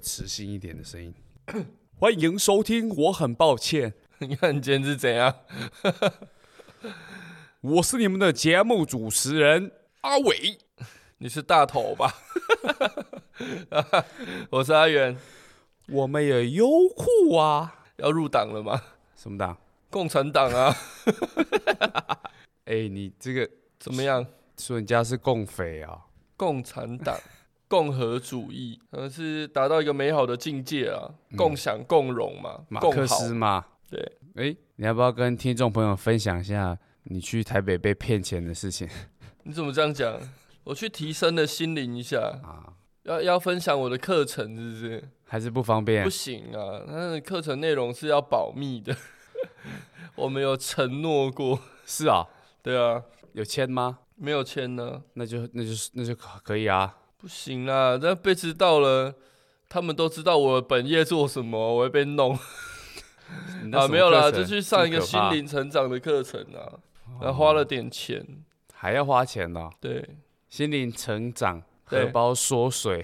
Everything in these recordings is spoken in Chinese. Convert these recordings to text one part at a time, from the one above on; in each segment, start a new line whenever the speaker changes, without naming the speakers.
磁性一点的声音。 欢迎收听，我很抱歉，
你看你今天是怎样？
我是你们的节目主持人阿伟。
你是大头吧？ 我是阿元，
我们有优酷啊，
要入党了吗？
什么党？
共产党啊？
哎、你这个
怎么样？
说人家是共匪啊？
共产党、共和主义，呃，是达到一个美好的境界啊，共享共荣嘛，
嗯马
共
克
好。
思嘛？
对。
哎、你要不要跟听众朋友分享一下你去台北被骗钱的事情
你怎么这样讲？我去提升了心灵一下，
啊？
要要分享我的课程是不是？
还是不方便
不？行啊，那个课程内容是要保密的， 我们有承诺过。
是啊，
对啊，
有签吗？
没有签呢，
那就那就是那就可可以 啊。
不行啊，那被知道了，他们都知道我本业做什么，我会被弄
你那
啊。
什么
没有啦，
课程
就去上一
这
个
么可
心
怕哦
灵成长的课程啊，然后花了点钱，
还要花钱哦呢、
对。
心灵成长，
对
荷包缩水，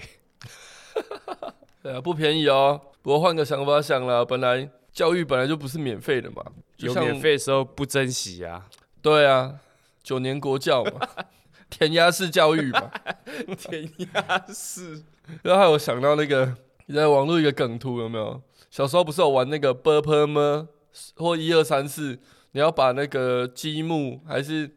对啊，不便宜哦。不过换个想法想啦，本来教育本来就不是免费的嘛，就
有
像
免费的时候不珍惜 啊！
对啊，九年国教嘛， 填鸭式教育嘛。
天呀，是
然后还有想到那个你在网络一个梗图有没有？小时候不是有玩那个 b u r p 吗？或一二三四，你要把那个积木还是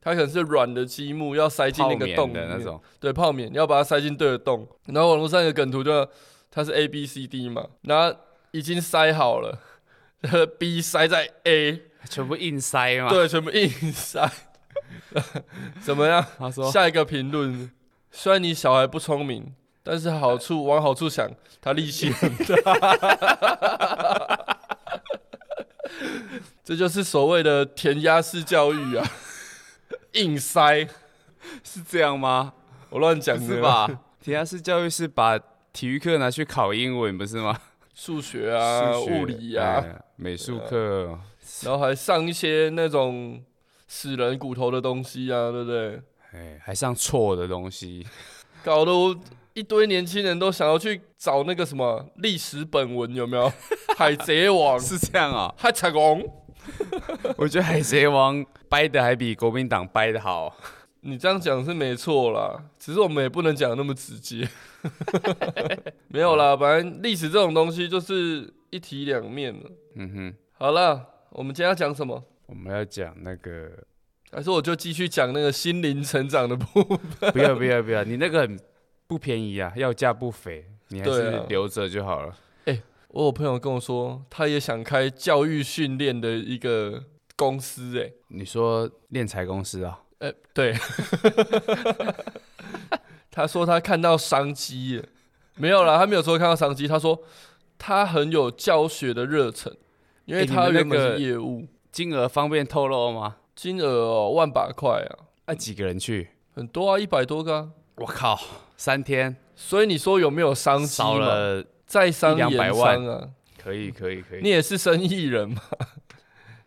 它可能是软的积木，要塞进
泡
那个
棉
洞里
的那
面
种，
对，泡棉，你要把它塞进对的洞。然后网络上有个梗图就，它是 A B C D 嘛，然后已经塞好了，B 塞在 A，
全部硬塞嘛。，
对，全部硬塞。 怎么样？
他说
下一个评论，虽然你小孩不聪明，但是好处往好处想，他力气很大。 这就是所谓的填鸭式教育啊，硬塞，
是这样吗？
我乱讲
不
的
是？吧？体验式教育是把体育课拿去考英文，不是吗？
数学 啊，
数学
物理啊，
哎美术课，
然后还上一些那种死人骨头的东西啊，对不对？
哎，还上错的 东西，
搞得我一堆年轻人都想要去找那个什么历史本文，有没有？海贼王、
是这样啊？
海贼王，
我觉得《海贼王》掰的还比国民党掰的好。
你这样讲是没错啦，只是我们也不能讲得那么直 接。 没有啦，反正历史这种东西就是一体两面的。
嗯哼，
好啦，我们今天要讲什么？
我们要讲那个
还是我就继续讲那个心灵成长的部分？
不要不要不要，你那个很不便宜啊，要价不菲，你还
对
是
啊
留着就好了。
我有朋友跟我说，他也想开教育训练的一个公司、欸，
你说练财公司啊？
哎、对， 他说他看到商机耶，没有啦，他没有说看到商机，他说他很有教学的热忱，因为
欸你
他
们那
原本
个
是业务，
金额方便透露吗？
金额哦万把块啊，
那、几个人去？
很多啊，一百多个、啊，
我靠，三天
所以你说有没有商机
少
嘛？
了，
在商
一两百
言
万
商啊，
可以可以可以，
你也是生意人嘛，
啊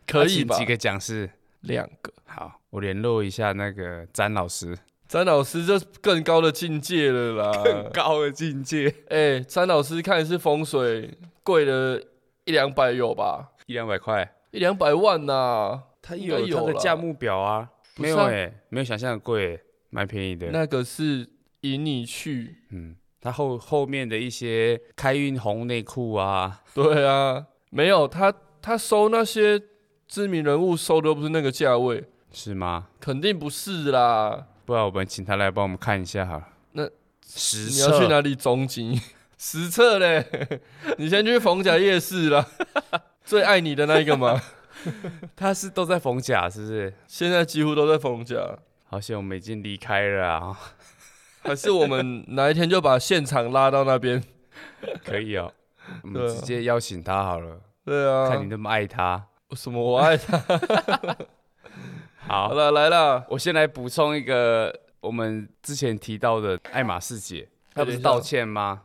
可以
请
吧
几？个讲师？
两个。
好，我联络一下那个詹老师，
詹老师这更高的境界了啦！
高的境界，
哎、詹老师看是风水贵了一两百有吧？
一两百块，
一两百万呐、
他
应该
有他
有
的
啦
价目表啊，
不
没
是
有
啊
哎、没有想象的贵、欸蛮便宜的。
那个是引你去，
嗯，他后后面的一些开运红内裤啊，
对啊，没有他他收那些知名人物收的又不是那个价位，
是吗？
肯定不是啦。
不然我们请他来帮我们看一下好了。
那
实
你要去
测
哪里中景？实测嘞， 你先去逢甲夜市啦， 最爱你的那一个嘛，
他是都在逢甲，是不是？
现在几乎都在逢甲。
好险，我们已经离开了 啊！
还是我们哪一天就把现场拉到那边？
可以哦，我们
对啊
直接邀请他好了，
对啊，
看你那么爱他。
什么 我爱他。好
好，
了，来了，
我先来补充一个我们之前提到的爱马仕姐，她不是
等一下
道歉吗？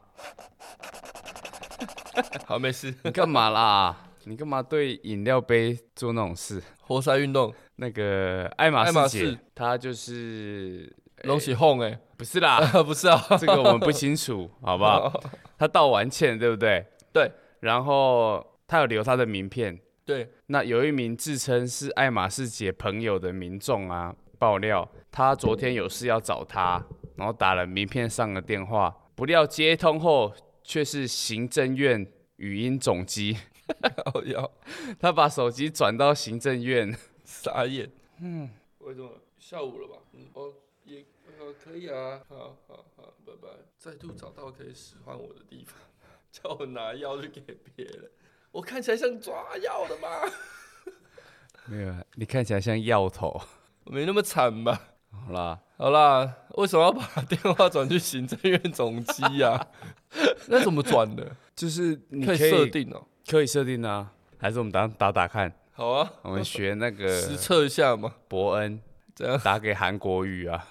好，没事，
你干嘛啦？你干嘛对饮料杯做那种事？
活塞运动。
那个爱马
爱马
仕姐
仕，
她就是
拢是哄哎，
不是啦，
不是啊，
这个我们不 清楚，好不好？他道完歉，对不对？
对。
然后他有留他的名片。
对，
那有一名自称是爱马仕姐朋友的民众啊，爆料他昨天有事要找他，然后打了名片上的电话，不料接通后却是行政院语音总机，
靠腰
他把手机转到行政院，
傻眼。嗯，为什么下午了吧？嗯，哦，也呃可以啊，好好好，拜拜。再度找到可以使唤我的地方， 叫我拿药去给别人。我看起来像抓药的吗？
没有，你看起来像药头。
没那么惨吧？
好啦，
好啦，为什么要把电话转去行政院总机呀、 那怎么转的？
就是你
可以设定哦、
可以设定啊，还是我们打打打看，
好啊，
我们学那
实
个
测一下嘛，
伯恩
怎样？
打给韩国语啊。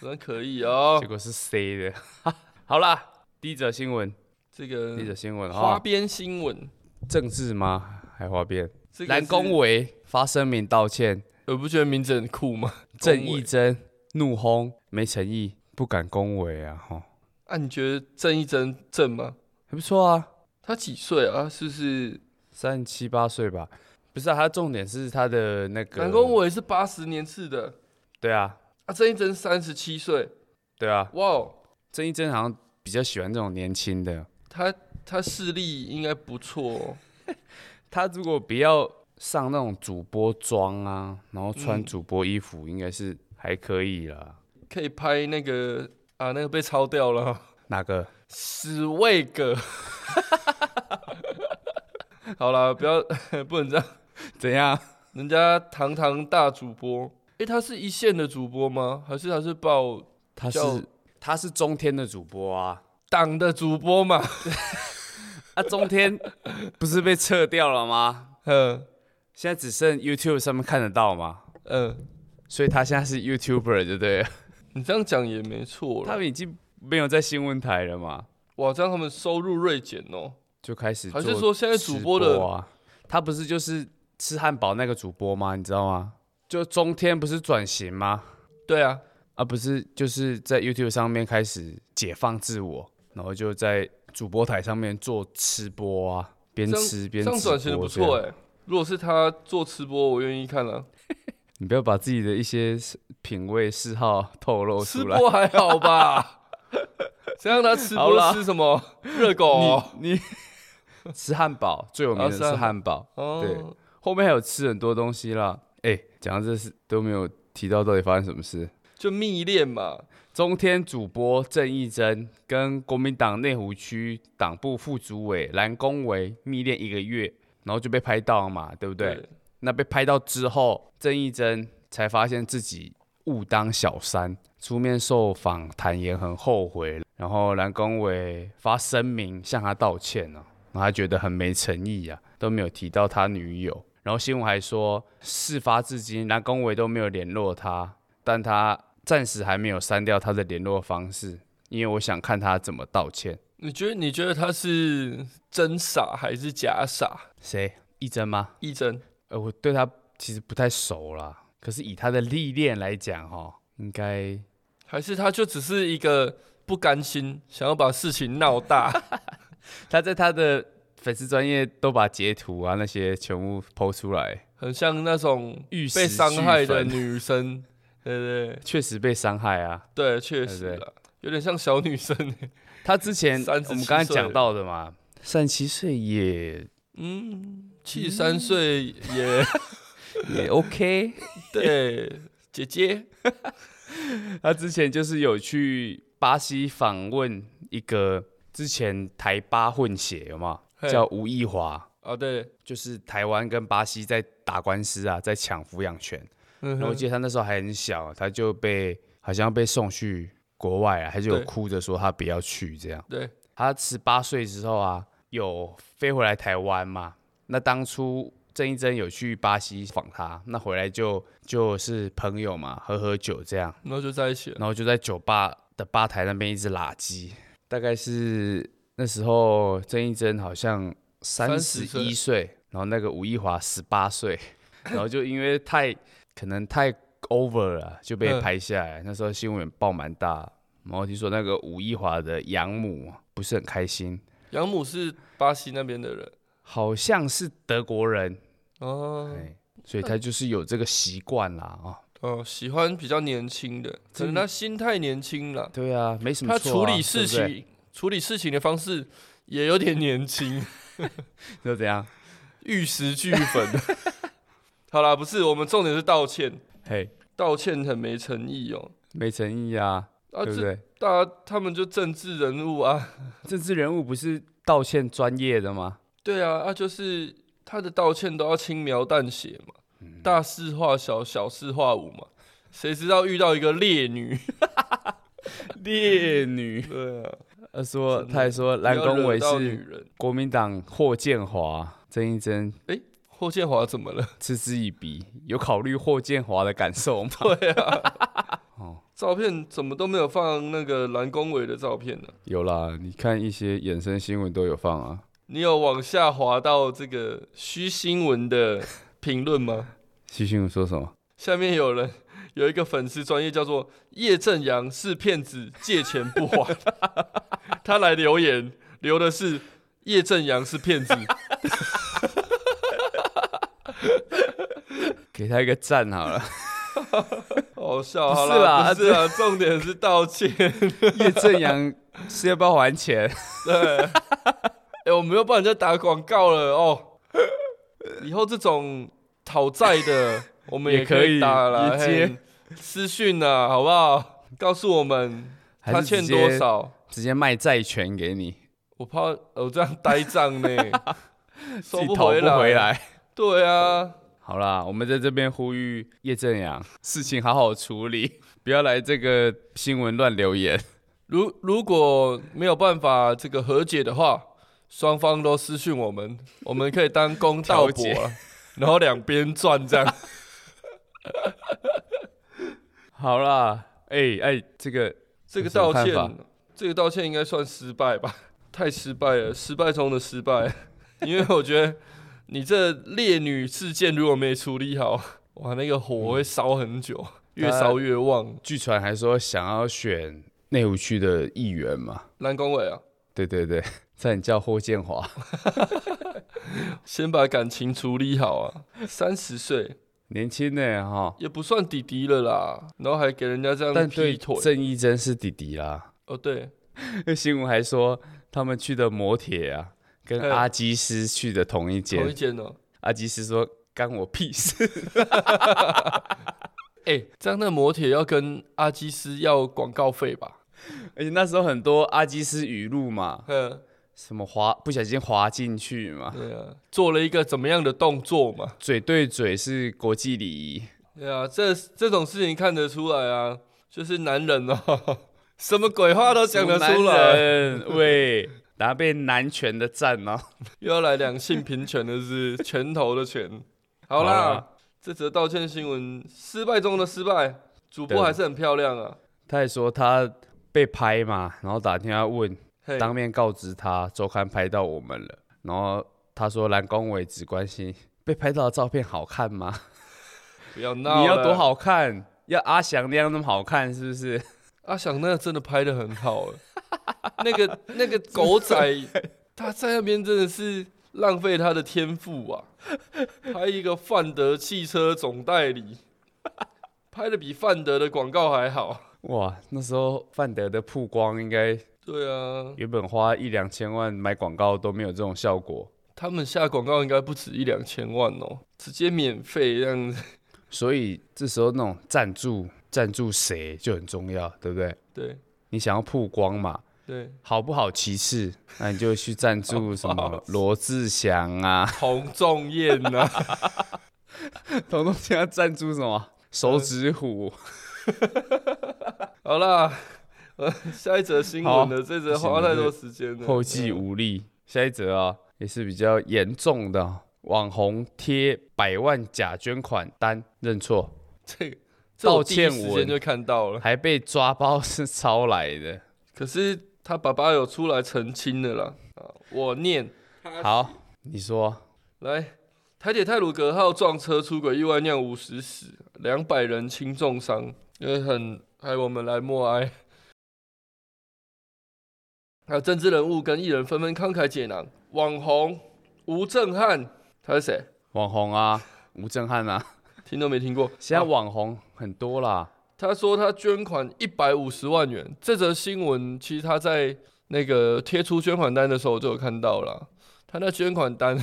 那可以哦
结。果是 C 的。 好啦，第一则新闻，
这
第一则
个
新闻
嗯花
啊，
边新闻，
政治吗？还花边？
这个
蓝公
我
维发声明道歉，
我不觉得名字很酷吗？
郑
公
义
伟
珍怒轰没诚意，不敢恭维啊！哈，
啊，你觉得郑义珍正吗？
还不错啊，
他几岁啊？是不是？
三七八岁吧？不是啊，他重点是他的那个
蓝公，伟是八十年次的
对啊，
啊，郑义珍三十七岁，
对啊，
哇哦，
郑义珍好像比较喜欢这种年轻的，
他他视力应该不错、哦。
他如果不要上那种主播装啊，然后穿
嗯
主播衣服，应该是还可以啦。
可以拍那个啊，那个被抄掉了哦，
哪个？
史卫格。 好啦，不要 不能这样，
怎样？
人家堂堂大主播，诶、他是一线的主播吗？还是他是报
他
叫
是他是中天的主播啊，
党的主播嘛？
啊中天不是被撤掉了吗？
嗯
现在只剩 YouTube 上面看得到嘛，
嗯，
所以他现在是 YouTuber 就对了，
你这样讲也没错
他
啦。
们已经没有在新闻台了嘛，
哇，这样他们收入锐减哦，
就开始
还
做
是说现在主播
直
的
啊，他不是就是吃汉堡那个主播吗？你知道吗？就中天不是转型吗？
对啊？
啊，不是就是在 YouTube 上面开始解放自我，然后就在主播台上面做吃播啊，边
这样
吃
这
边
样
直
转型的
播
不
这样
错欸诶。如果是他做吃播，我愿意看了。
你不要把自己的一些品味嗜好 透露
吃
出来。
播还好吧？ 谁让他吃
好啦
播吃什么热狗哦？
你你吃汉堡最有名的
啊吃汉堡
是汉堡，
哦，
后面还有吃很多东西啦。哎、讲到这是都没有提到到底发生什么事。
就蜜恋嘛，
中天主播郑义珍跟国民党内湖区党部副主委蓝公维密恋一个月，然后就被拍到了嘛，对不对？那被拍到之后，郑义珍才发现自己误当小三，出面受访坦言很后悔，然后蓝公伟发声明向他道歉呢、然后他觉得很没诚意啊，都没有提到他女友。然后新闻还说，事发至今，蓝公伟都没有联络他，但他暂时还没有删掉他的联络方式，因为我想看他怎么道歉。
你觉得你觉得他是真傻还是假傻？
谁？义珍吗？
一真
呃，我对他其实不太熟啦，可是以他的历练来讲，哈，应该
还是他就只是一个不甘心，想要把事情闹大？
他在他的粉丝专业都把截图啊那些全部剖出来，
很像那种
玉石
被伤害
俱
的
焚
女生，对不对
确实被伤害啊。
对，确实
对
啦，有点像小女生 欸。
他之前
37
我们刚才
岁
讲
了
到的嘛，三十七岁也
嗯，七十三岁也
嗯 也 OK。
对，姐姐
他之前就是有去巴西访问一个之前台巴混血有吗？
嘿
叫吴亦华，
啊，对，
就是台湾跟巴西在打官司啊，在抢抚养权。
嗯
然后我
哼
记得他那时候还很小，他就被好像被送去国外了，他就有
对
哭着说他不要去这样。
对，
他十八岁之后啊，有飞回来台湾嘛？那当初郑一珍有去巴西访他，那回来就就是朋友嘛，喝喝酒这样，
然后就在一起了。
然后就在酒吧的吧台那边一直拉鸡。大概是那时候郑一珍好像三十一
31
岁，然后那个吴亦华十八岁，然后就因为太可能太 over 了，啊就被
嗯
拍下来。那时候新闻报蛮大，然后听说那个吴亦华的养母不是很开心，
养母是巴西那边的人
好像是德国人，
哦
哎，所以他就是有这个习惯啦啊、
哦，喜欢比较年轻的，可能他心态年轻了，
对啊，没什么
他
错
处
啊、
理事情、
对不
处理事情的方式也有点年轻，
对就怎样？
玉石俱焚。 好啦，不是，我们重点是道歉，
嘿，
道歉很没诚意哦、
没诚意啊，
啊，
对不
这
对？
大家他们就政治人物啊，
政治人物不是道歉专业 的吗？
对啊，啊，就是他的道歉都要轻描淡写嘛，
嗯
大事化小，小事化无嘛。谁知道遇到一个烈女？
烈女，
对啊，
他说，
真的
他还说蓝
不要
公
惹
伟
到女
是
人。
国民党霍建华，郑一珍
霍建华怎么了？
嗤之以鼻，有考虑霍建华的感 受吗？
对啊，
哦
照片怎么都没有放那个蓝公伟的照片呢、
有啦，你看一些衍生新闻都有放啊。
你有往下滑到这个虚新闻的评论吗？
徐新文说什么？
下面有人 有一个粉丝专业叫做叶正阳是骗子，借钱不还。 他来留言，留的是叶正阳是骗子，
给他一个赞 好了。
好笑。
不是
好啦
啦
不是啊，重点是道歉。
叶正阳是要不要还钱？
对， 哎、我们又帮人家打广告了哦。 以后这种讨债 的，我们
也可
可
以
打了，
也接
嘿私讯啊，好不好？告诉我们
还
他
是直
欠
接
多？少，
直接卖债权给你，
我怕我这样呆账呢，
自
收
己
不
讨
回来。
不回来。
对啊，
好啦，我们在这边呼吁叶正阳，事情好好处理， 不要来这个新闻乱留言。
如如果没有办法这个和解的话，双方都私讯我们，我们可以当公道
调
伯
解
啊，然后两边赚这样。
好啦，哎、哎、 这个
这个
有什
道
么看
歉，这个道歉应该算失败吧？太失败了，失败中的失败。 因为我觉得你这烈女事件如果没处理好，哇，那个火会烧很久，
啊
越烧越旺。
据传还说想要选内湖区的议员嘛？
蓝公伟啊，
对对对， 差点叫霍建华。
先把感情处理好啊！三十岁
年轻呢哈，
也不算弟弟了啦，然后还给人家这
但
样
对
劈腿。
郑义珍是弟弟啦。
哦，对，
那新闻还说他们去的摩铁啊，跟
嗯
阿基斯去的同一
同一
间。
间哦。
阿基斯说干我屁事，
哎、这样那摩铁要跟阿基斯要广告费吧？
而且那时候很多阿基斯语录嘛，
嗯，
什么滑不小心滑进去嘛，
对啊，做了一个怎么样的动作嘛？
嘴对嘴是国际礼仪，
对啊，这这种事情看得出来啊，就是男人哦， 什么鬼话都讲得出
男
来，
人。喂，然后被男权的赞哦。
又要来两性平权的是 拳头的拳。好啦，
好啦
这则道歉新闻失败中的失败，主
对
播还是很漂亮啊。
他还说他被拍嘛，然后打电话问，
嘿，
当面告知他周刊拍到我们了，然后他说蓝光伟只关心被拍到的照片好看吗？
不要闹，
你要多？好看？要阿翔那样那么好看是不是？
阿翔那个真的拍的很好啊，那个那个狗 仔，他在那边真的是浪费他的天赋啊！拍一个范德汽车总代理，拍的比范德的广告还好。
哇，那时候范德的曝光应该
对啊，
原本花一两千万买广告都没有这种效果，
他们下广告应该不止一两千万哦，直接免费这样子。
所以这时候那种赞助赞助谁就很重要，对不对？
对
你想要曝光嘛，
对，
好不好其次，那你就去赞 助什
好不
么
好
罗志祥啊，
童仲彦呐、啊，
彤彤现在赞助什么？手指虎，
好啦，呃，下一则新
好
闻了，这则
不行
花太
这
多时间了。
后继无力。下一则啊，也是比较严重的哦，网红贴百万假捐款单认 错，
这个这我第一
道歉
时
文
间就看到了，
还被抓包是抄来的。
可是他爸爸有出来澄清的啦。啊，我念
好，你说
来，台铁泰鲁格号撞车出轨意外酿五十死，两百人轻重伤，也很还有我们来默哀。还有政治人物跟艺人纷纷慷慨解囊，网红吴正汉，他是谁？
网红啊，吴正汉啊，
听都没听过。
现在
啊
网红很多啦，
他说他捐款一百五十万元，这则新闻其实他在那个贴出捐款单的时候就有看到了。他那捐款单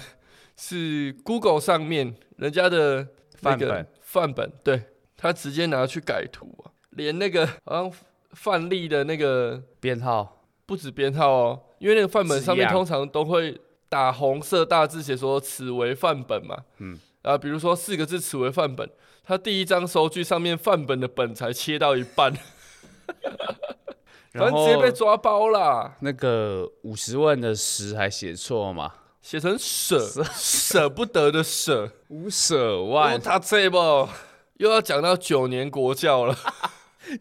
是 Google 上面人家的那
范
个
本
范本，对他直接拿去改图啊，连那个好像范例的那个
编号
不止编号哦，因为那个范本上
字
面
样
通常都会打红色大字写说“此为范本”嘛。
嗯。
啊，比如说四个字“此为范本”，他第一张收据上面范本的本才切到一半，反
然
正
后
直接被抓包啦，
那个五十万的十还写错嘛，
写成 舍舍不得的舍。
五舍
哇，
万
他这不又要讲到九年国教 了，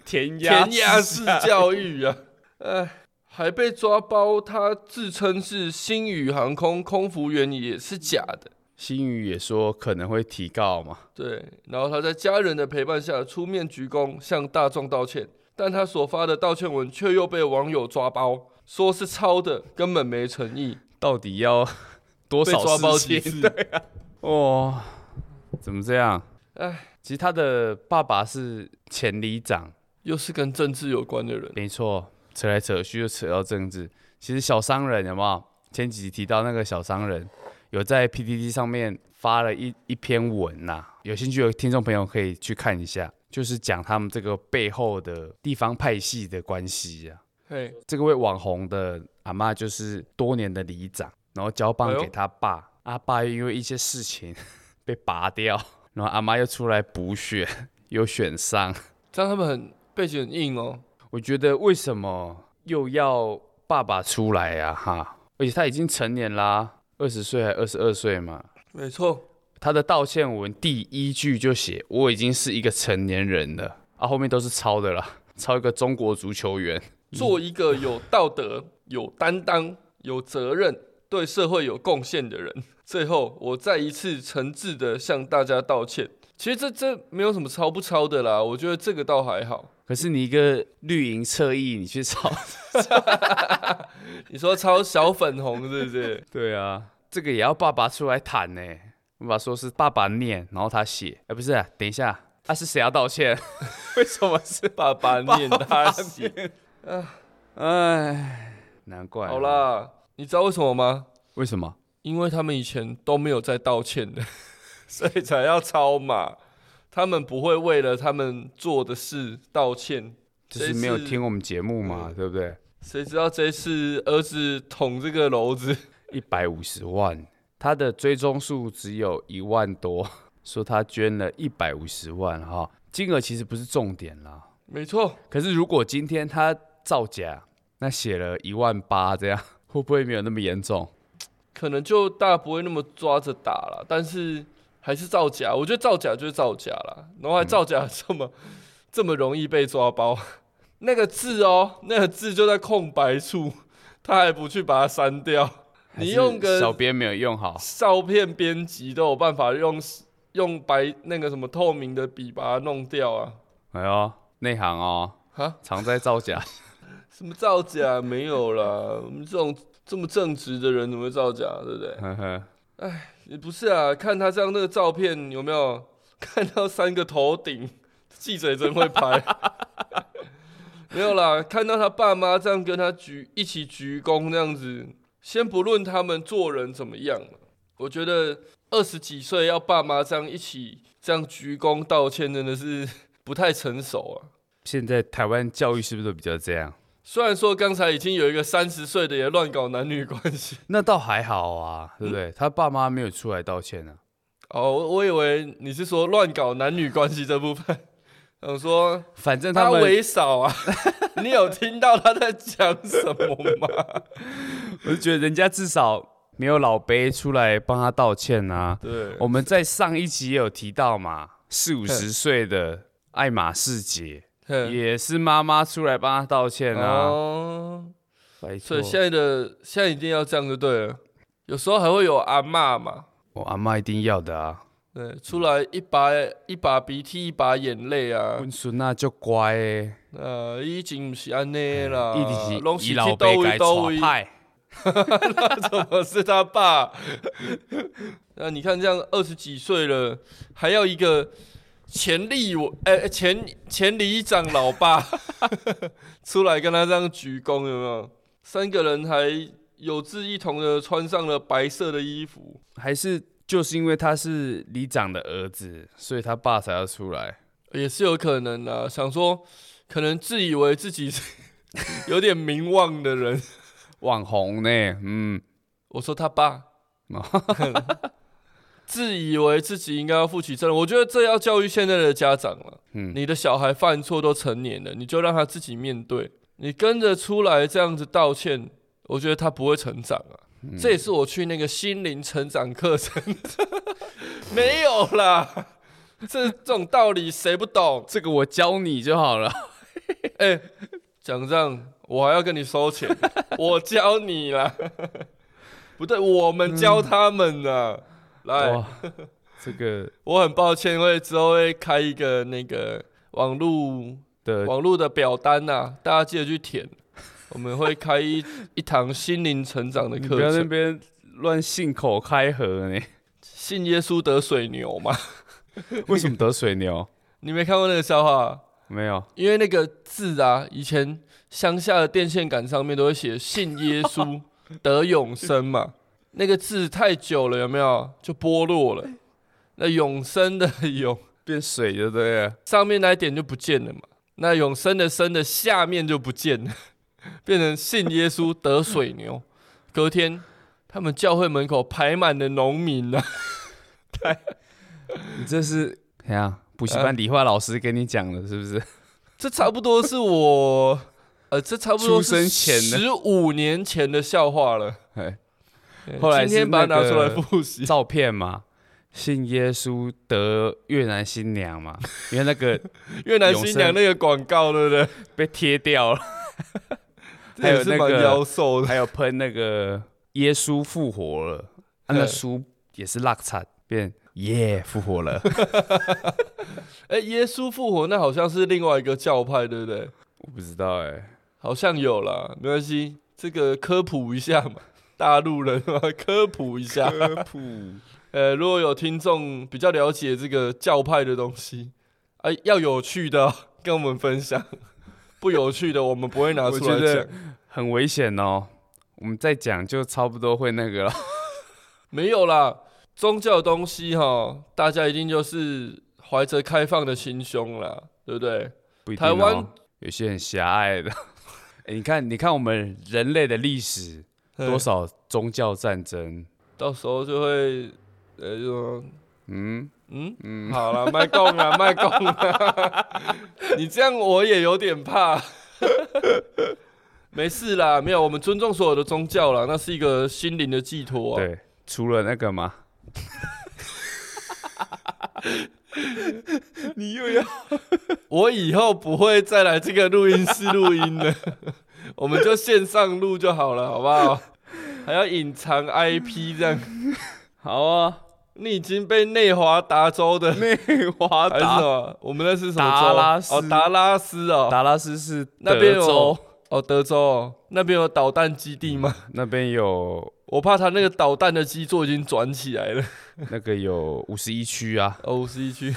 填
填鸭式教育啊，哎，还被抓包，他自称是星宇航空空服员也是假的。
新宇也说可能会提告嘛，
对，然后他在家人的陪伴下出面鞠躬向大众道歉，但他所发的道歉文却又被网友抓包，说是抄的，根本没诚意，
到底要 多
被
少
抓包
事
几
情？
次？
啊哦，怎么这样？
哎，
其实他的爸爸是前里长，
又是跟政治有关的人，
没错，扯来扯去又扯到政治。其实小商人有没有？前几集提到那个小商人，有在 PTT 上面发了一一篇文呐、有兴趣的听众朋友可以去看一下，就是讲他们这个背后的地方派系的关系啊。
嘿，
这位网红的阿妈就是多年的里长，然后交
哎
棒
呦
给他爸，阿、爸又因为一些事情 被拔掉，然后阿妈又出来补选，又选上。
这样他们很背景很硬哦。
我觉得为什么又要爸爸出来呀、哈，而且他已经成年啦，二十岁还二十二岁嘛。
没错，
他的道歉文第一句就写“我已经是一个成年人了”，啊，后面都是抄的啦， 抄一个中国足球员。
做一个有道德、有担当、有责任、对社会有贡献的人。最后，我再一次诚挚的向大家道歉。其实这这没有什么超不超的啦，我觉得这个倒还好。
可是你一个绿营侧翼，你去抄？
你说超小粉红是不是？
对啊，这个也要爸爸出来谈呢、爸爸说是爸爸念，然后他写，哎、不是啊、等一下，啊是谁要道歉？ 为什么是？
爸爸念他写，
哎，难怪。
好，啦，你知道为什么吗？
为什么？
因为他们以前都没有在道歉的， 所以才要抄嘛。他们不会为了他们做的事道歉，
就是没有
这一次
听我们节目
嗯
嘛，对不对？
谁知道这次儿子捅这个篓子？
一百五十万，他的追踪数只有一万多，说他捐了一百五十万哈，金额其实不是重点啦。
没错，
可是如果今天他造假，那写了一万八这样，会不会没有那么严重？
可能就大家不会那么抓着打了，但是还是造假。我觉得造假就是造假啦，然后还
嗯
造假这么、这么容易被抓包。那个字哦，那个字就在空白处，他还不去把它删掉。你用
还是小
个
编没有用好，
照片编辑都有办法用用白那个什么透明的笔把它弄掉啊？
哎呦，内行哦，
啊，
常在造假。
什么造假没有啦？我们这种这么正直的人怎么会造假，对不对？
呵呵，
也不是啊，看他这样那个照片有没有 看到三个头顶，记者也真会拍。 没有啦，看到他爸妈这样跟他鞠一起鞠躬那样子，先不论他们做人怎么样嘛我觉得二十几岁要爸妈这样一起这样鞠躬道歉，真的是不太成熟啊。
现在台湾教育是不是都比较这样？
虽然说刚才已经有一个三十岁的也乱搞男女关系，
那倒还好啊，对不
嗯
对？他爸妈没有出来道歉啊。
哦，我我以为你是说乱搞男女关系这部分， 我说
反正
他
他们
为少 啊，你有听到他在讲什么吗？
我就觉得人家至少没有老杯出来帮他道歉啊。
对，
我们在上一集也有提到
嗯
嘛，四五十岁的爱马仕姐
嘿
也是妈妈出来帮他道歉啊。
嗯哦，
拜
所
托
以，现在的现在一定要这样就对了，有时候还会有阿嬷嘛，
我阿妈一定要的啊。
对，出来一把一把鼻涕一把眼泪啊，
阮孙仔足乖的，
呃，已经不是安尼啦，
伊
拢
就是
呃去
是伊老
倒
爸
位
该
倒
带
位，
派，
怎么是他爸？ 那你看这样二十几岁了，还要一个前立我哎、哎前前里长老爸 出来跟他这样鞠躬，有没有？三个人还有志一同的穿上了白色的衣服，
还是就是因为他是里长的儿子，所以他爸才要出来。
也是有可能的、想说，可能自以为自己是 有点名望的人，
网红呢，嗯，
我说他爸
哦，
自以为自己应该要负起责任。我觉得这要教育现在的家长了。
嗯
你的小孩犯错都成年了，你就让他自己面对。你跟着出来这样子道歉，我觉得他不会成长啊。
嗯
这也是我去那个心灵成长课程， 没有啦。这这种道理谁不懂？
这个我教你就好了。
哎、讲这样我还要跟你收钱，我教你啦。 不对，我们
嗯
教他们呢。来，
哇，这个
我很抱歉，会之后会开一个那个网络
的
网络的表单呐、大家记得去填。我们会开一一堂心灵成长的
你
课
不要那
程，
边乱信口开河 呢。
信耶稣得水牛嘛？
为什么得水牛？
你没看过那个笑话？
没有，
因为那个字啊，以前乡下的电线杆上面都会写“信耶稣得永生”嘛， 那个字太久了，有没有就剥落了？那永生的 永
变水就对了。
上面那一点就不见了嘛，那永生的生的下面就不见了， 变成信耶稣得水牛。隔天，他们教会门口排满了农民啊，
你这是怎样？补习班理化老师跟你讲的，是不是？
这差不多是我，呃，这差不多
出生前的
十五年前的笑话了。
哎
对
后来是
今天把它拿出来
那个
复习，
照片嘛，信耶稣得越南新娘嘛，因为那个
越南新娘
永生
那个广告，对不对？
被贴掉 了，
这
还
也
有那
是蛮
个
妖兽的。
还有喷那个耶稣复活了，啊、那
对
书也是落惨，变耶复活 了。
哎，耶稣复活那好像是另外一个教派，对不对？
我不知道哎、
好像有啦，没关系，这个科普一下嘛， 大陆人嘛，科普一下。
科普
呃，如果有听众比较了解这个教派的东西，哎、要有趣的哦、 跟我们分享， 不有趣的我们不会拿出
我
来
觉得
讲。
很危险哦。我们再讲就差不多会那个了。
没有啦，宗教的东西哈，大家一定就是怀着开放的心胸啦，对不对？
不一定、
台
哦，
湾
有些很狭隘的。 哎你看，你看我们人类的历史多少宗教战争？
到时候就会，呃，就说
嗯，
嗯嗯，好了，卖供 了，卖供了。 你这样我也有点怕。 没事啦，没有，我们尊重所有的宗教啦，那是一个心灵的寄托、啊。
对，除了那个嘛， 你又要
我以后不会再来这个录音室录音了， 我们就线上录就好了，好不 好？还要隐藏 IP 这样，
好啊？
你已经被内华达州的
内哎华
还是什
达
么？我们那是什么州？
达拉斯
哦，达拉斯哦，
达拉斯是
那边
德
有
州，
哦，德州嗯哦，那边有导弹基地吗？
那边有
我怕他那个导弹的基座已经转起来了。
那个有五十一区啊，
O C 区，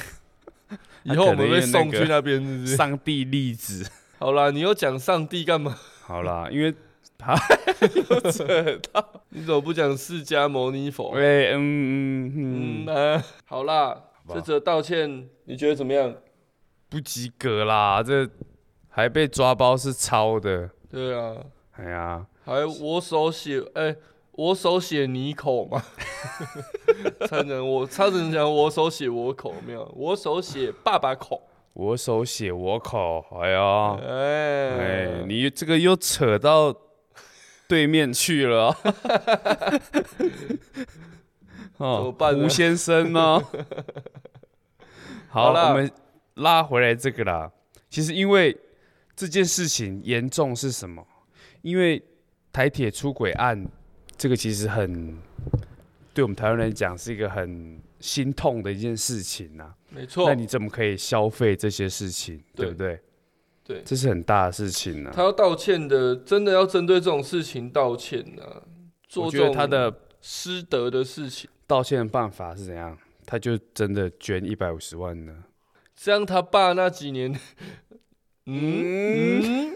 他
以后我们
可能
被
有那
送
个
去那边，是不是？
上帝粒子。
好啦，你又讲上帝干嘛？
好啦，因为
你怎么不讲释迦牟尼佛？
喂，嗯嗯
嗯
嗯，
啊，好啦，
吧
这则道歉你觉得怎么样？
不及格啦，这还被抓包是抄的。
对啊，
哎呀，
还我手写，哎、我手写你口 嘛，差点我差点讲我手写我口没有，我手写爸爸口，
我手写我口，哎呀，
哎、
哎，你这个又扯到对面去了 哦，哦
怎么办呢
胡先生 呢？好，
好啦
我们拉回来这个啦。其实因为这件事情严重是什么？因为台铁出轨案，这个其实很对我们台湾人讲是一个很心痛的一件事情啊呐、
没
那
错，
你怎么可以消费这些事情，对
对
不对？
对
这是很大的事情啊呢、
他要道歉的，真的要针对这种事情道歉啊，做
我
这
觉得
种
他的
失德的事情，
道歉的办法是怎样？他就真的捐一百五十万呢？
这样他爸那几年，嗯嗯。
嗯，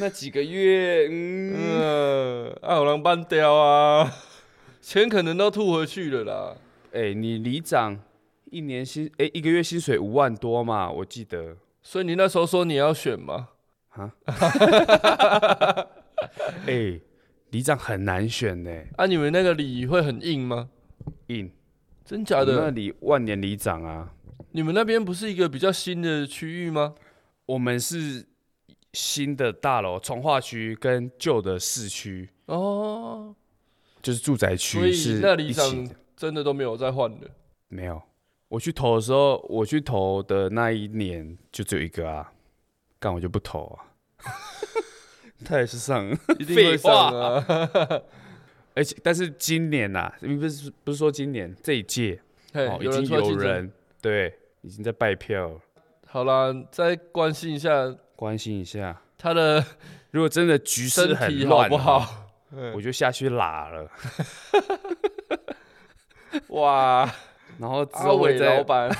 那几个月，嗯，
嗯，啊，有人办掉啊， 钱可能都吐回去了啦。
哎、你里长一年薪，哎、一个月薪水五万多嘛，我记得。
所以你那时候说你要选嘛？
哎、里长很难选呢，
啊，你们那个礼会很硬吗？
硬。
真假
我们那
的？
里万年里长啊，
你们那边不是一个比较新的区域吗？
我们是新的大楼，从化区跟旧的市区，
哦，
就是住宅
所
区是
以那
一
里
起
长
的。
真的都没有再换的。
没有，我去投的时候，我去投的那一年就只有一个啊，干我就不投 啊。他也是上，
一定会上
废
啊。
而且但是今年呐、啊，不是不是说今年这一届
嘿
哦，已
有人
经
出来
有
竞争。
人对已经在拜票了，
好啦，再关心一下
关心一下。
他的
如果真的局势
身
很
体好
乱，啊
不？
哦
好？
我就下去拉了，
哇，
然后之
阿
后会
伟
再
老板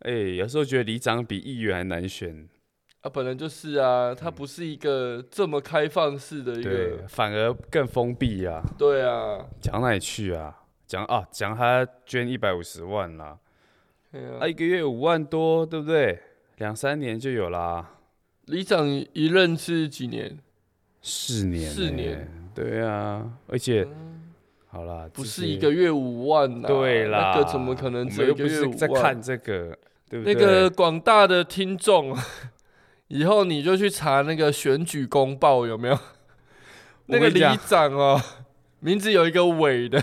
哎、有时候觉得里长比议员还难选，
啊，本来就是啊，他不是一个这么开放式的一
对
个，，
反而更封闭啊。
对啊，
讲哪里去啊？讲啊，讲他捐一百五十万啦，
对
啊，
啊。
一个月五万多，对不对？两三年就有啦，
里长一任是几年？
四年、
四年，欸
对啊，而且、好啦，
不
这
是一个月五万呐、
对啦，
那个怎么可能只有一
我
个
们又
月
不
五
是在
万
看？这个，对不对？
那个广大的听众， 以后你就去查那个选举公报有没有？那个
跟你
里
讲
长哦，名字有一个“伟”的，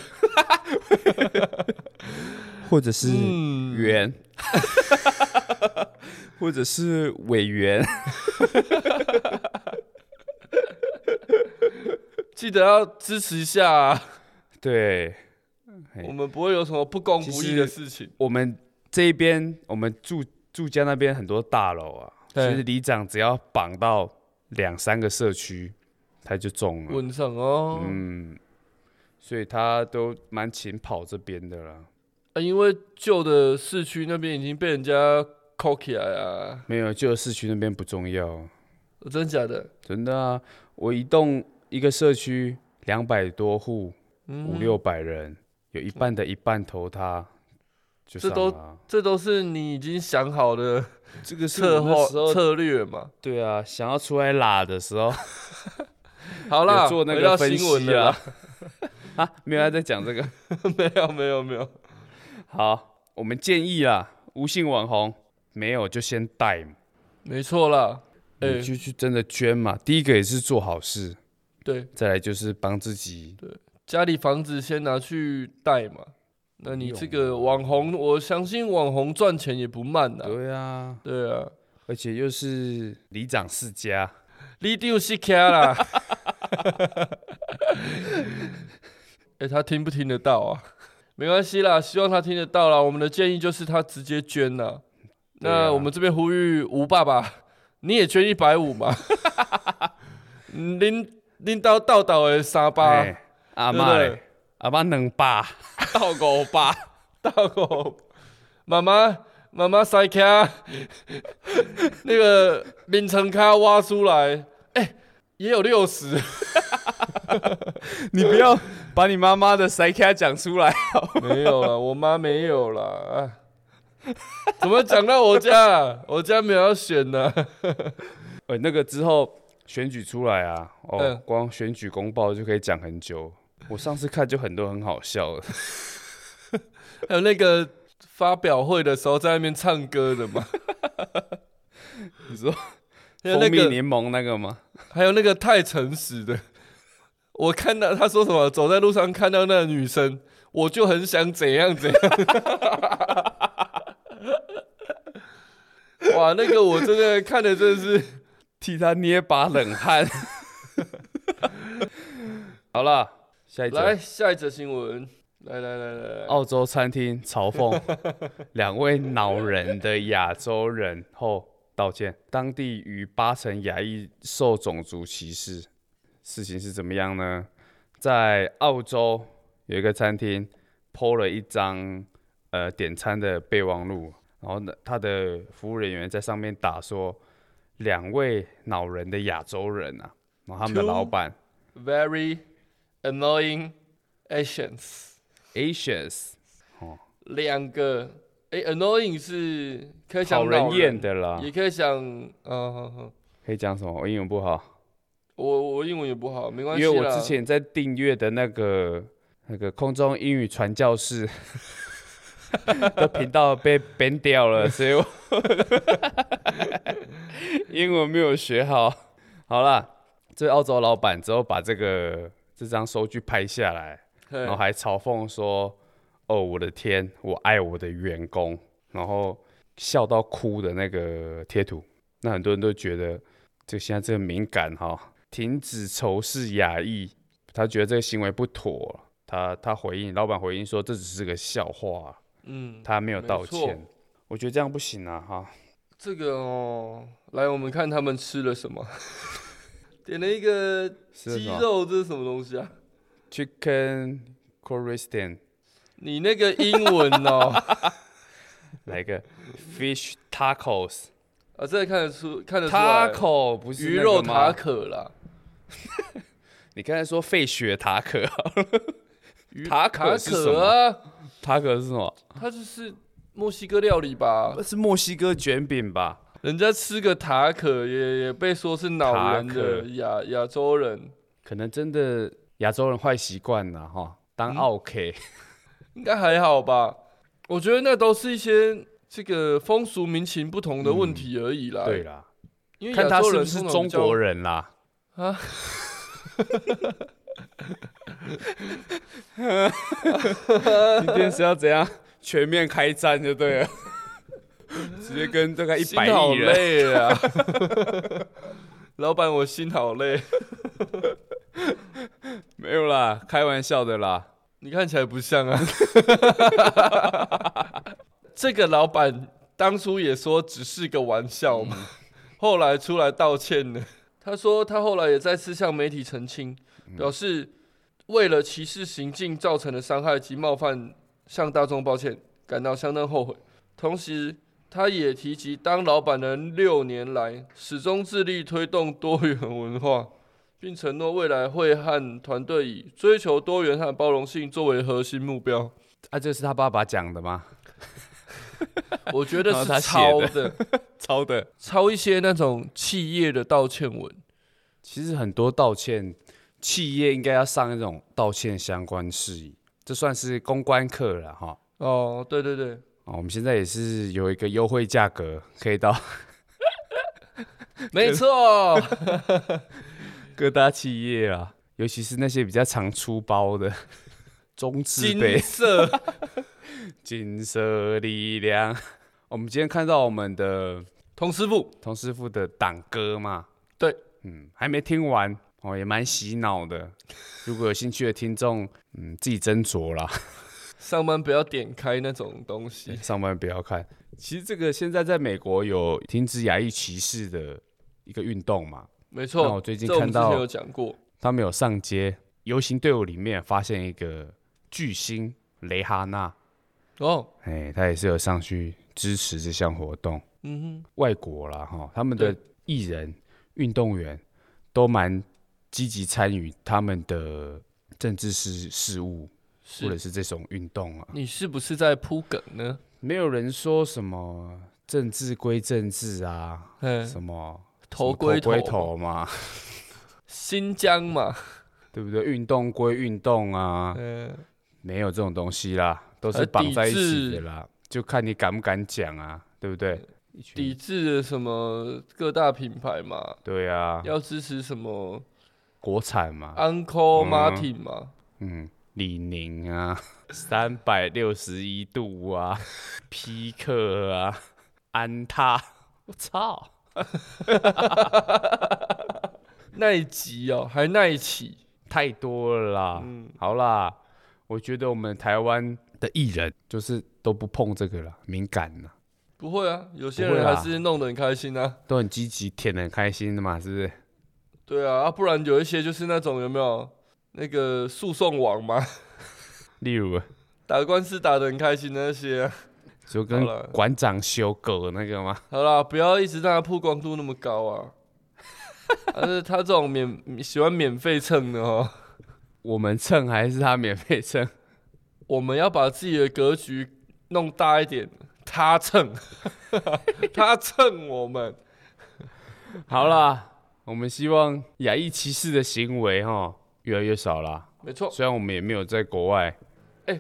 或者是
嗯，
员， 或者是委员，
记得要支持一下、啊，
对。嘿
我们不会有什么不公不义的
其
事情。
我们这一边，我们住住家那边很多大楼啊，
对
其实里长只要绑到两三个社区，他就中了。
问上哦，
嗯，所以他都蛮勤跑这边的啦。
啊，因为旧的市区那边已经被人家扣起来啊，
没有，就市区那边不重要，
真假的？
真的啊。我一栋一个社区两百多户，
嗯
五六百人，有一半的一半投他，就
这
上
都
了啊。
这都是你已经想好的
这个是
策
我那时
划
候
策略嘛？
对啊，想要出来拉的时候，
好啦，
有做那
回
个
到
分
新闻
析
了
啊
啦，。
啊，没有他在讲这个。
没有没有没有，
好，我们建议啦，无性网红没有就先带嘛，
没错啦。哎、
你就去真的捐嘛。第一个也是做好事，
对，
再来就是帮自己。
家里房子先拿去贷嘛。那你
不用啊
这个网红，我相信网红赚钱也不慢呐、
对啊，
对啊，
而且又是里长世家，
你丢是卡啦。 哎、他听不听得到啊？没关系啦，希望他听得到啦。我们的建议就是他直接捐啦。
对啊
那我们这边呼吁吴爸爸，你也捐一百五 嘛？嗯恁恁到到到的三八
哎阿
对
妈
不对
嘞，阿妈能 爸到狗爸，
到个 妈妈妈妈塞卡， 那个名城卡挖出来，哎、也有六十。
你不要把你妈妈的塞卡讲出来。
没有了，我妈没有了。啊怎么讲到我家 啊？我家没有要选呢、
呃，那个之后选举出来啊，哦，
嗯
光选举公报就可以讲很久。我上次看就很多很好笑的，
还有那个发表会的时候在那边唱歌的嘛，
你说
还 有那
蜂蜜
个
柠檬那个吗？
还有那个太诚实的。我看到他说什么，走在路上看到那个女生，我就很想怎样怎样。 哇，那个我真的看的真的是，
替他捏把冷汗。 好啦，下一
来
则
下一则新闻，来来来来来，
澳洲餐厅嘲讽两位恼人的亚洲人后道歉，当地逾八成亚裔受种族歧视。事情是怎么样呢？在澳洲有一个餐厅 PO 了一张呃点餐的备忘录，然后呢，他的服务人员在上面打说两位恼人的亚洲人啊，然后他们的
Two-
老板
very annoying Asians，
Asians
两个，哎、a n n o y i n g 是可以
讨
讲
人
恼
厌的啦，
也可以讲，嗯嗯嗯，
可以讲什么？我英文不好。
我我英文也不好，没关系
因为
啦。
我之前在订阅的那个那个空中英语传教士 的频道被 ban 掉了，所以我 英文没有学好。好啦，这澳洲老板之后把这个这张收据拍下来，然后
嘿，
还嘲讽说：“哦，我的天，我爱我的员工。”然后笑到哭的那个贴图，那很多人都觉得这现在这个敏感哈、停止仇视亚裔，他觉得这个行为不妥。他他回应老板回应说：“这只是个笑话，
嗯，
他没有
没
道
错
歉。”我觉得这样不行啊哈。
这个哦，来，我们看他们吃了什么。 点了一个
是
鸡
什么
肉，这是什么东西啊？
？Chicken c o r i s t a n
你那个英文 哦，
来一个 fish tacos
啊，这个看得出，看得出来，
taco 不是
鱼
那个
肉
吗
塔可啦，
你刚才说费雪塔可，
鱼
塔可是什
可
么？
啊，
塔可是什么？
它就是墨西哥料理吧？
是墨西哥卷饼吧？
人家吃个塔可也也被说是恼人的
塔可
亚亚洲人，
可能真的亚洲人坏习惯了哈，当
嗯
OK，、
应该还好吧？我觉得那都是一些这个风俗民情不同的问题而已啦。
嗯对，啦，
因为
看
亚
他
洲
是
人
不是
通常
中
比较
国人啦。
啊？
今天是要怎样全面开战就对 了，直接跟大概一
心
百
好
亿人。
累啊！ 老板，我心好累。
没有啦，开玩笑的啦。
你看起来不像 啊。这个老板当初也说只是个玩笑嘛，后来出来道歉了。嗯他说他后来也再次向媒体澄清，表示为了歧视行径造成的伤害及冒犯，向大众抱歉，感到相当后悔。同时，他也提及当老板的六年来，始终致力推动多元文化。并承诺未来会和团队以追求多元和包容性作为核心目标。
啊，这是他爸爸讲的吗？
我觉得
然后他
是
写
抄
的
的，
抄的。
抄一些那种企业的道歉文。
其实很多道歉，企业应该要上那种道歉相关事宜，这算是公关课了哈。
哦，对对 对，
哦，我们现在也是有一个优惠价格，可以到
没错，
各大企业啊，尤其是那些比较常出包的 中字
金
辈，
色
金色力量。我们今天看到我们的
童师傅，
童师傅的党歌嘛，
对，
嗯，还没听完哦，也蛮洗脑的。如果有兴趣的听众，嗯，自己斟酌啦。
上班不要点开那种东
对
西。
上班不要看。其实这个现在在美国有停止亚裔歧视的一个运动嘛，
没
那
错
我，最近
这我
看
们之前
到
有讲过。
他们有上街游行队伍里面发现一个巨星雷哈娜，
哦，
哎，他也是有上去支持这项活动。
嗯
外国啦哈，他们的
对
艺人、运动员都蛮积极参与他们的政治事事务，或
哼，是。
者是这种运动啊。
你是不是在铺梗呢？
没有人说什么政治归政治啊，
嗯，
什么
头
什么
归
头归
头，
头嘛，
新疆嘛，
对不对？运动归运动啊，
嗯，
没有这种东西啦，都
还
是绑
抵
在一起
制
的啦，就看你敢不敢讲啊，对不对？一群
抵制了什么各大品牌嘛，
对啊，
要支持什么
国产嘛，
Uncle
嗯
Martin 嘛，
嗯，李宁啊， 三百六十一度啊， 匹克啊，安踏， 我操，
耐吉哦，还耐起，
太多了啦。啊
嗯，
好啦，我觉得我们台湾的艺人就是都不碰这个了，敏感了，
不会啊，有些
不会
人
啦
还是弄得很开心啊。
都很积极，舔的很开心的嘛，是不是？
对啊，啊不然有一些就是那种有没有那个诉讼网嘛，
例如
打官司打得很开心的那些啊、
就跟
好了
馆长修狗那个吗？
好啦，不要一直让他曝光度那么高啊。 但是他这种免喜欢免费蹭的哦，
我们蹭还是他免费蹭？
我们要把自己的格局弄大一点。他蹭， 他蹭我们，
好啦，我们希望亚裔歧视的行为哈越来越少啦。
没错。
虽然我们也没有在国外，
这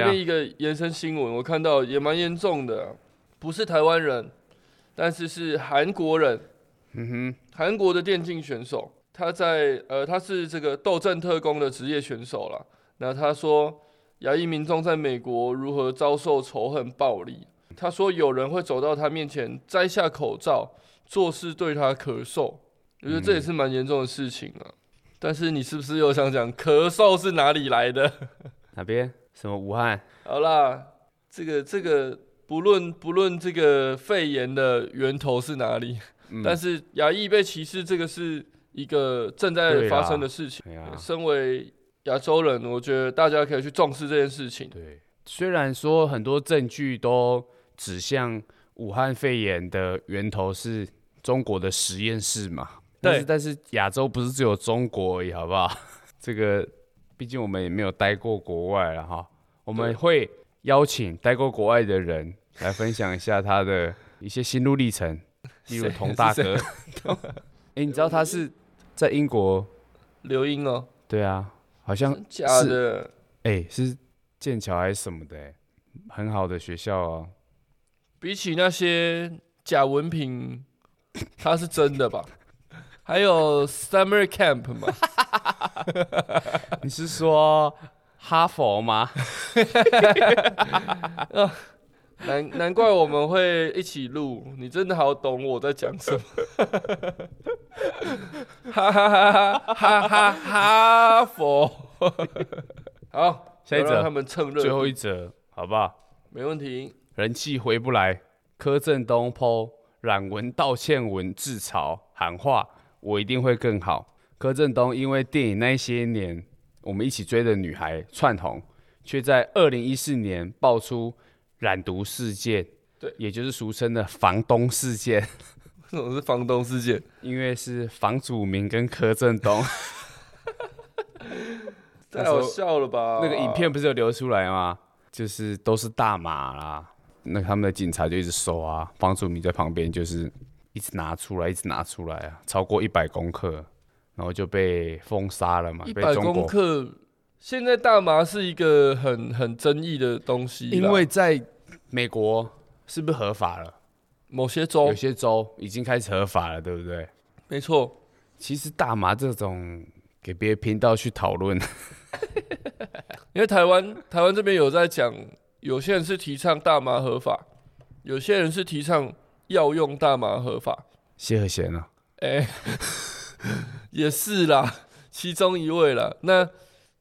怎样
边一个延伸新闻，我看到也蛮严重的啊、不是台湾人，但是是韩国人，
嗯
韩国的电竞选手，他在呃，他是这个斗阵特工的职业选手啦。那他说，亚裔民众在美国如何遭受仇恨暴力？他说有人会走到他面前，摘下口罩，做事对他咳嗽。我觉得这
嗯
也是蛮严重的事情啊。但是你是不是又想讲咳嗽是哪里来的？
哼，哪边？什么武汉？
好啦，这个这个不论不论这个肺炎的源头是哪里，
嗯
但是亚裔被歧视这个是一个正
对
在
啦
发生的事情。
哎呀，
身为亚洲人，我觉得大家可以去重视这件事情。
对，虽然说很多证据都指向武汉肺炎的源头是中国的实验室嘛，但是
对
但是亚洲不是只有中国而已，好不 好？这个毕竟我们也没有待过国外了哈，我们
对
会邀请待过国外的人来分享一下他的一些心路历程，例如
谁
童大
是
哥，哎、 诶你知道他是在英国？
刘英哦，
对啊，好像
真假的，
哎、是剑桥还是什么的、欸？很好的学校哦。
比起那些假文凭，他是真的吧？还有 summer camp 嘛，
你是说哈佛吗？
难难怪我们会一起录，你真的好懂我在讲什么， 哈哈哈哈哈哈哈佛， 好，
下一
不要让他
则，
们蹭热度，
最后一则，好不好？
没问题，
人气回不来，柯震东剖软文道歉文自嘲喊话，我一定会更好。柯震东因为电影《那些年我们一起追的女孩》窜红，却在二零一四年爆出染毒事件，
对
也就是俗称的房东事件。
这种是房东事件，
因为是房祖名跟柯震 东那
太
时候
好笑了吧？
那个影片不是有流出来吗？就是都是大麻啦，那他们的警察就一直搜啊，房祖名在旁边就是一直拿出来，一直拿出来啊，超过一百公克，然后就被封杀了嘛，
一
被
百
中
公
国。
克，现在大麻是一个很很争议的东西啦，
因为在美国是不是合法了？
某些
有
州，
些州已经开始合法了，对不对？
没错，
其实大麻这种给别的频道去讨论，
因为台湾台湾这边有在讲，有些人是提倡大麻合法，有些人是提倡药用大麻合法，
谢和弦啊，
哎、 也是啦，其中一位啦。那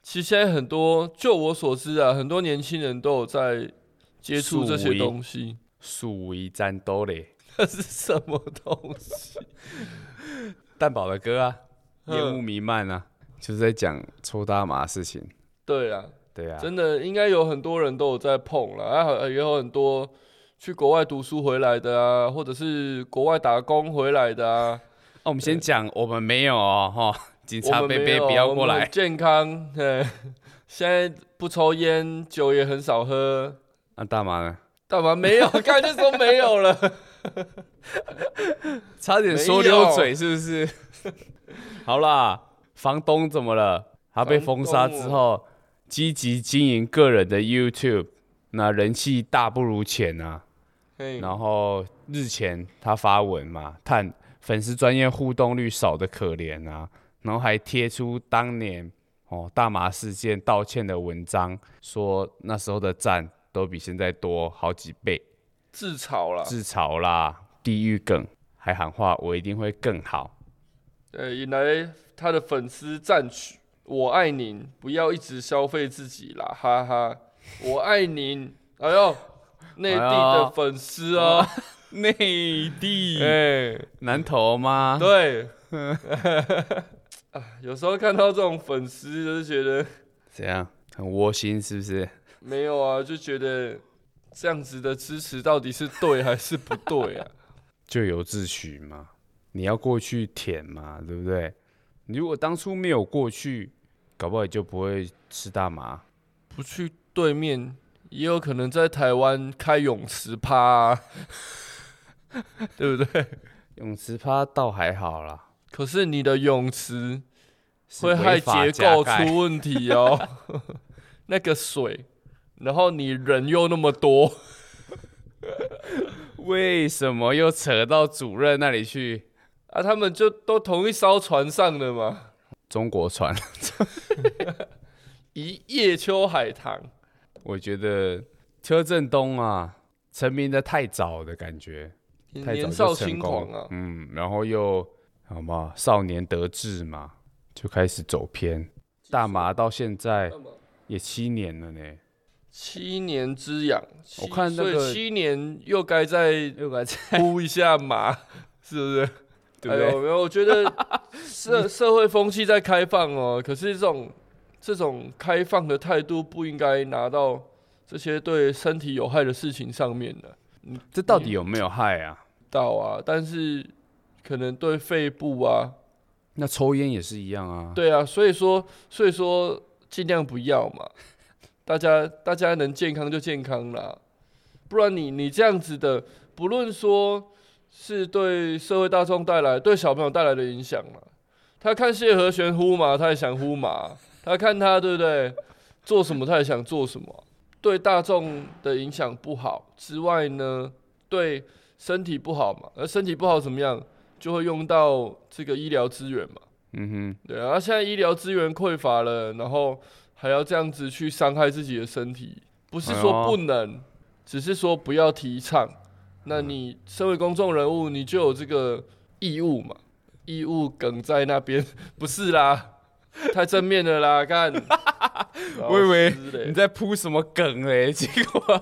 其实现在很多，就我所知啊，很多年轻人都有在接触这些东西。
素为战斗嘞。
那 是什么东西？
蛋堡的歌啊，
嗯
烟雾弥漫啊，就是在讲抽大麻的事情。
对啊，
对啊，
真的应该有很多人都有在碰了，啊，也有很多去国外读书回来的啊，或者是国外打工回来的啊。
那哦我们先讲， 我们没有哦，哈，警察
我们
贝
没
贝
有啊
不要
我
过
们
来
很健康，对，现在不抽烟，酒也很少喝，
那大麻呢？
干嘛没 有？刚才就说没有了，
差点说
没有
溜嘴是不是？ 好啦，房东怎么了？他被封杀之
房东
后，积极经营个人的 YouTube，那人气大不如前啊。
嘿
然后日前他发文嘛，叹粉丝专业互动率少的可怜啊，然后还贴出当年哦大麻事件道歉的文章，说那时候的赞都比现在多好几倍，
自嘲了，
自嘲啦，地狱梗，还喊话我一定会更好。
对，引来他的粉丝赞许，我爱您，不要一直消费自己啦，哈哈，我爱您。 哎呦，内地的粉丝哦，
内 地、
哎，
南投吗？
对， 啊，有时候看到这种粉丝，就是觉得
怎样？很窝心是不是？
没有啊，就觉得这样子的支持到底是对还是不对啊？
咎由自取嘛，你要过去舔嘛，对不对？你如果当初没有过去，搞不好你就不会吃大麻。
不去对面，也有可能在台湾开泳池趴、啊， 对不对？
泳池趴倒还好啦，
可是你的泳池
是
会害
违法
结
加
构
盖
出问题哦， 那个水，然后你人又那么多，
为什么又扯到主任那里去？
啊，他们就都同一艘船上的嘛。
中国船，
一夜秋海棠，
我觉得邱振东啊，成名的太早的感觉，太早
年少
就成
轻狂
功
啊，
嗯，然后又好嘛，少年得志嘛，就开始走偏。大麻到现在
麻
也七年了呢，
七年之痒。
我
七
看那
所以
个
七年又该再
六个
呼一下马， 是不是？
对不对
哎呦没有，我觉 得社社会风气在开放哦，可是这种这种开放的态度不应该拿到这些对身体有害的事情上面的
这到底有没有害啊？
到啊，但是可能对肺部啊，
那抽烟也是一样啊。
对啊，所以说所以说尽量不要嘛，大家大家能健康就健康啦，不然你你这样子的，不论说是对社会大众带来、对小朋友带来的影响嘛，他看谢和弦呼嘛，他也想呼嘛，他看他对不对，做什么他也想做什么，对大众的影响不好之外呢，对身体不好嘛，而身体不好怎么样，就会用到这个医疗资源嘛。
嗯
对啊，现在医疗资源匮乏了，然后还要这样子去伤害自己的身体，不是
哎
说不能，只是说不要提倡。那你身为公众人物，你就有这个义务嘛，义务梗在那边， 不是啦，太正面了啦，干。
我以为
老师
哼，
嘞
你在铺什么梗嘞？ 结果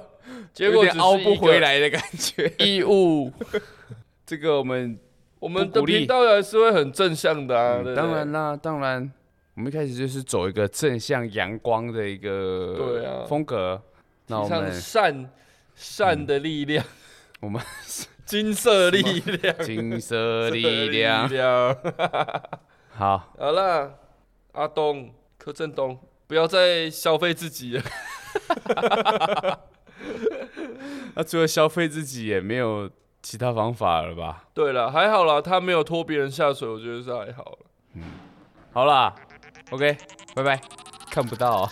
结果只
有点
是
凹不
一个
回来的感觉。
义务，
这个我们
我们
不
的
鼓励嗯
频道还是会很正向的啊，对不对
当然啦，当然，我们一开始就是走一个正向阳光的一个
对啊
风格。那我
提倡
们嗯
善善的力量，
我们
金色力量。
金色 力量，好，
好啦，阿东，柯震东，不要再消费自己了。
那除了消费自己，也没有其他方法了吧？
对了，还好啦，他没有拖别人下水，我觉得是还好了。
啊好啦，OK，拜拜，看不到哦、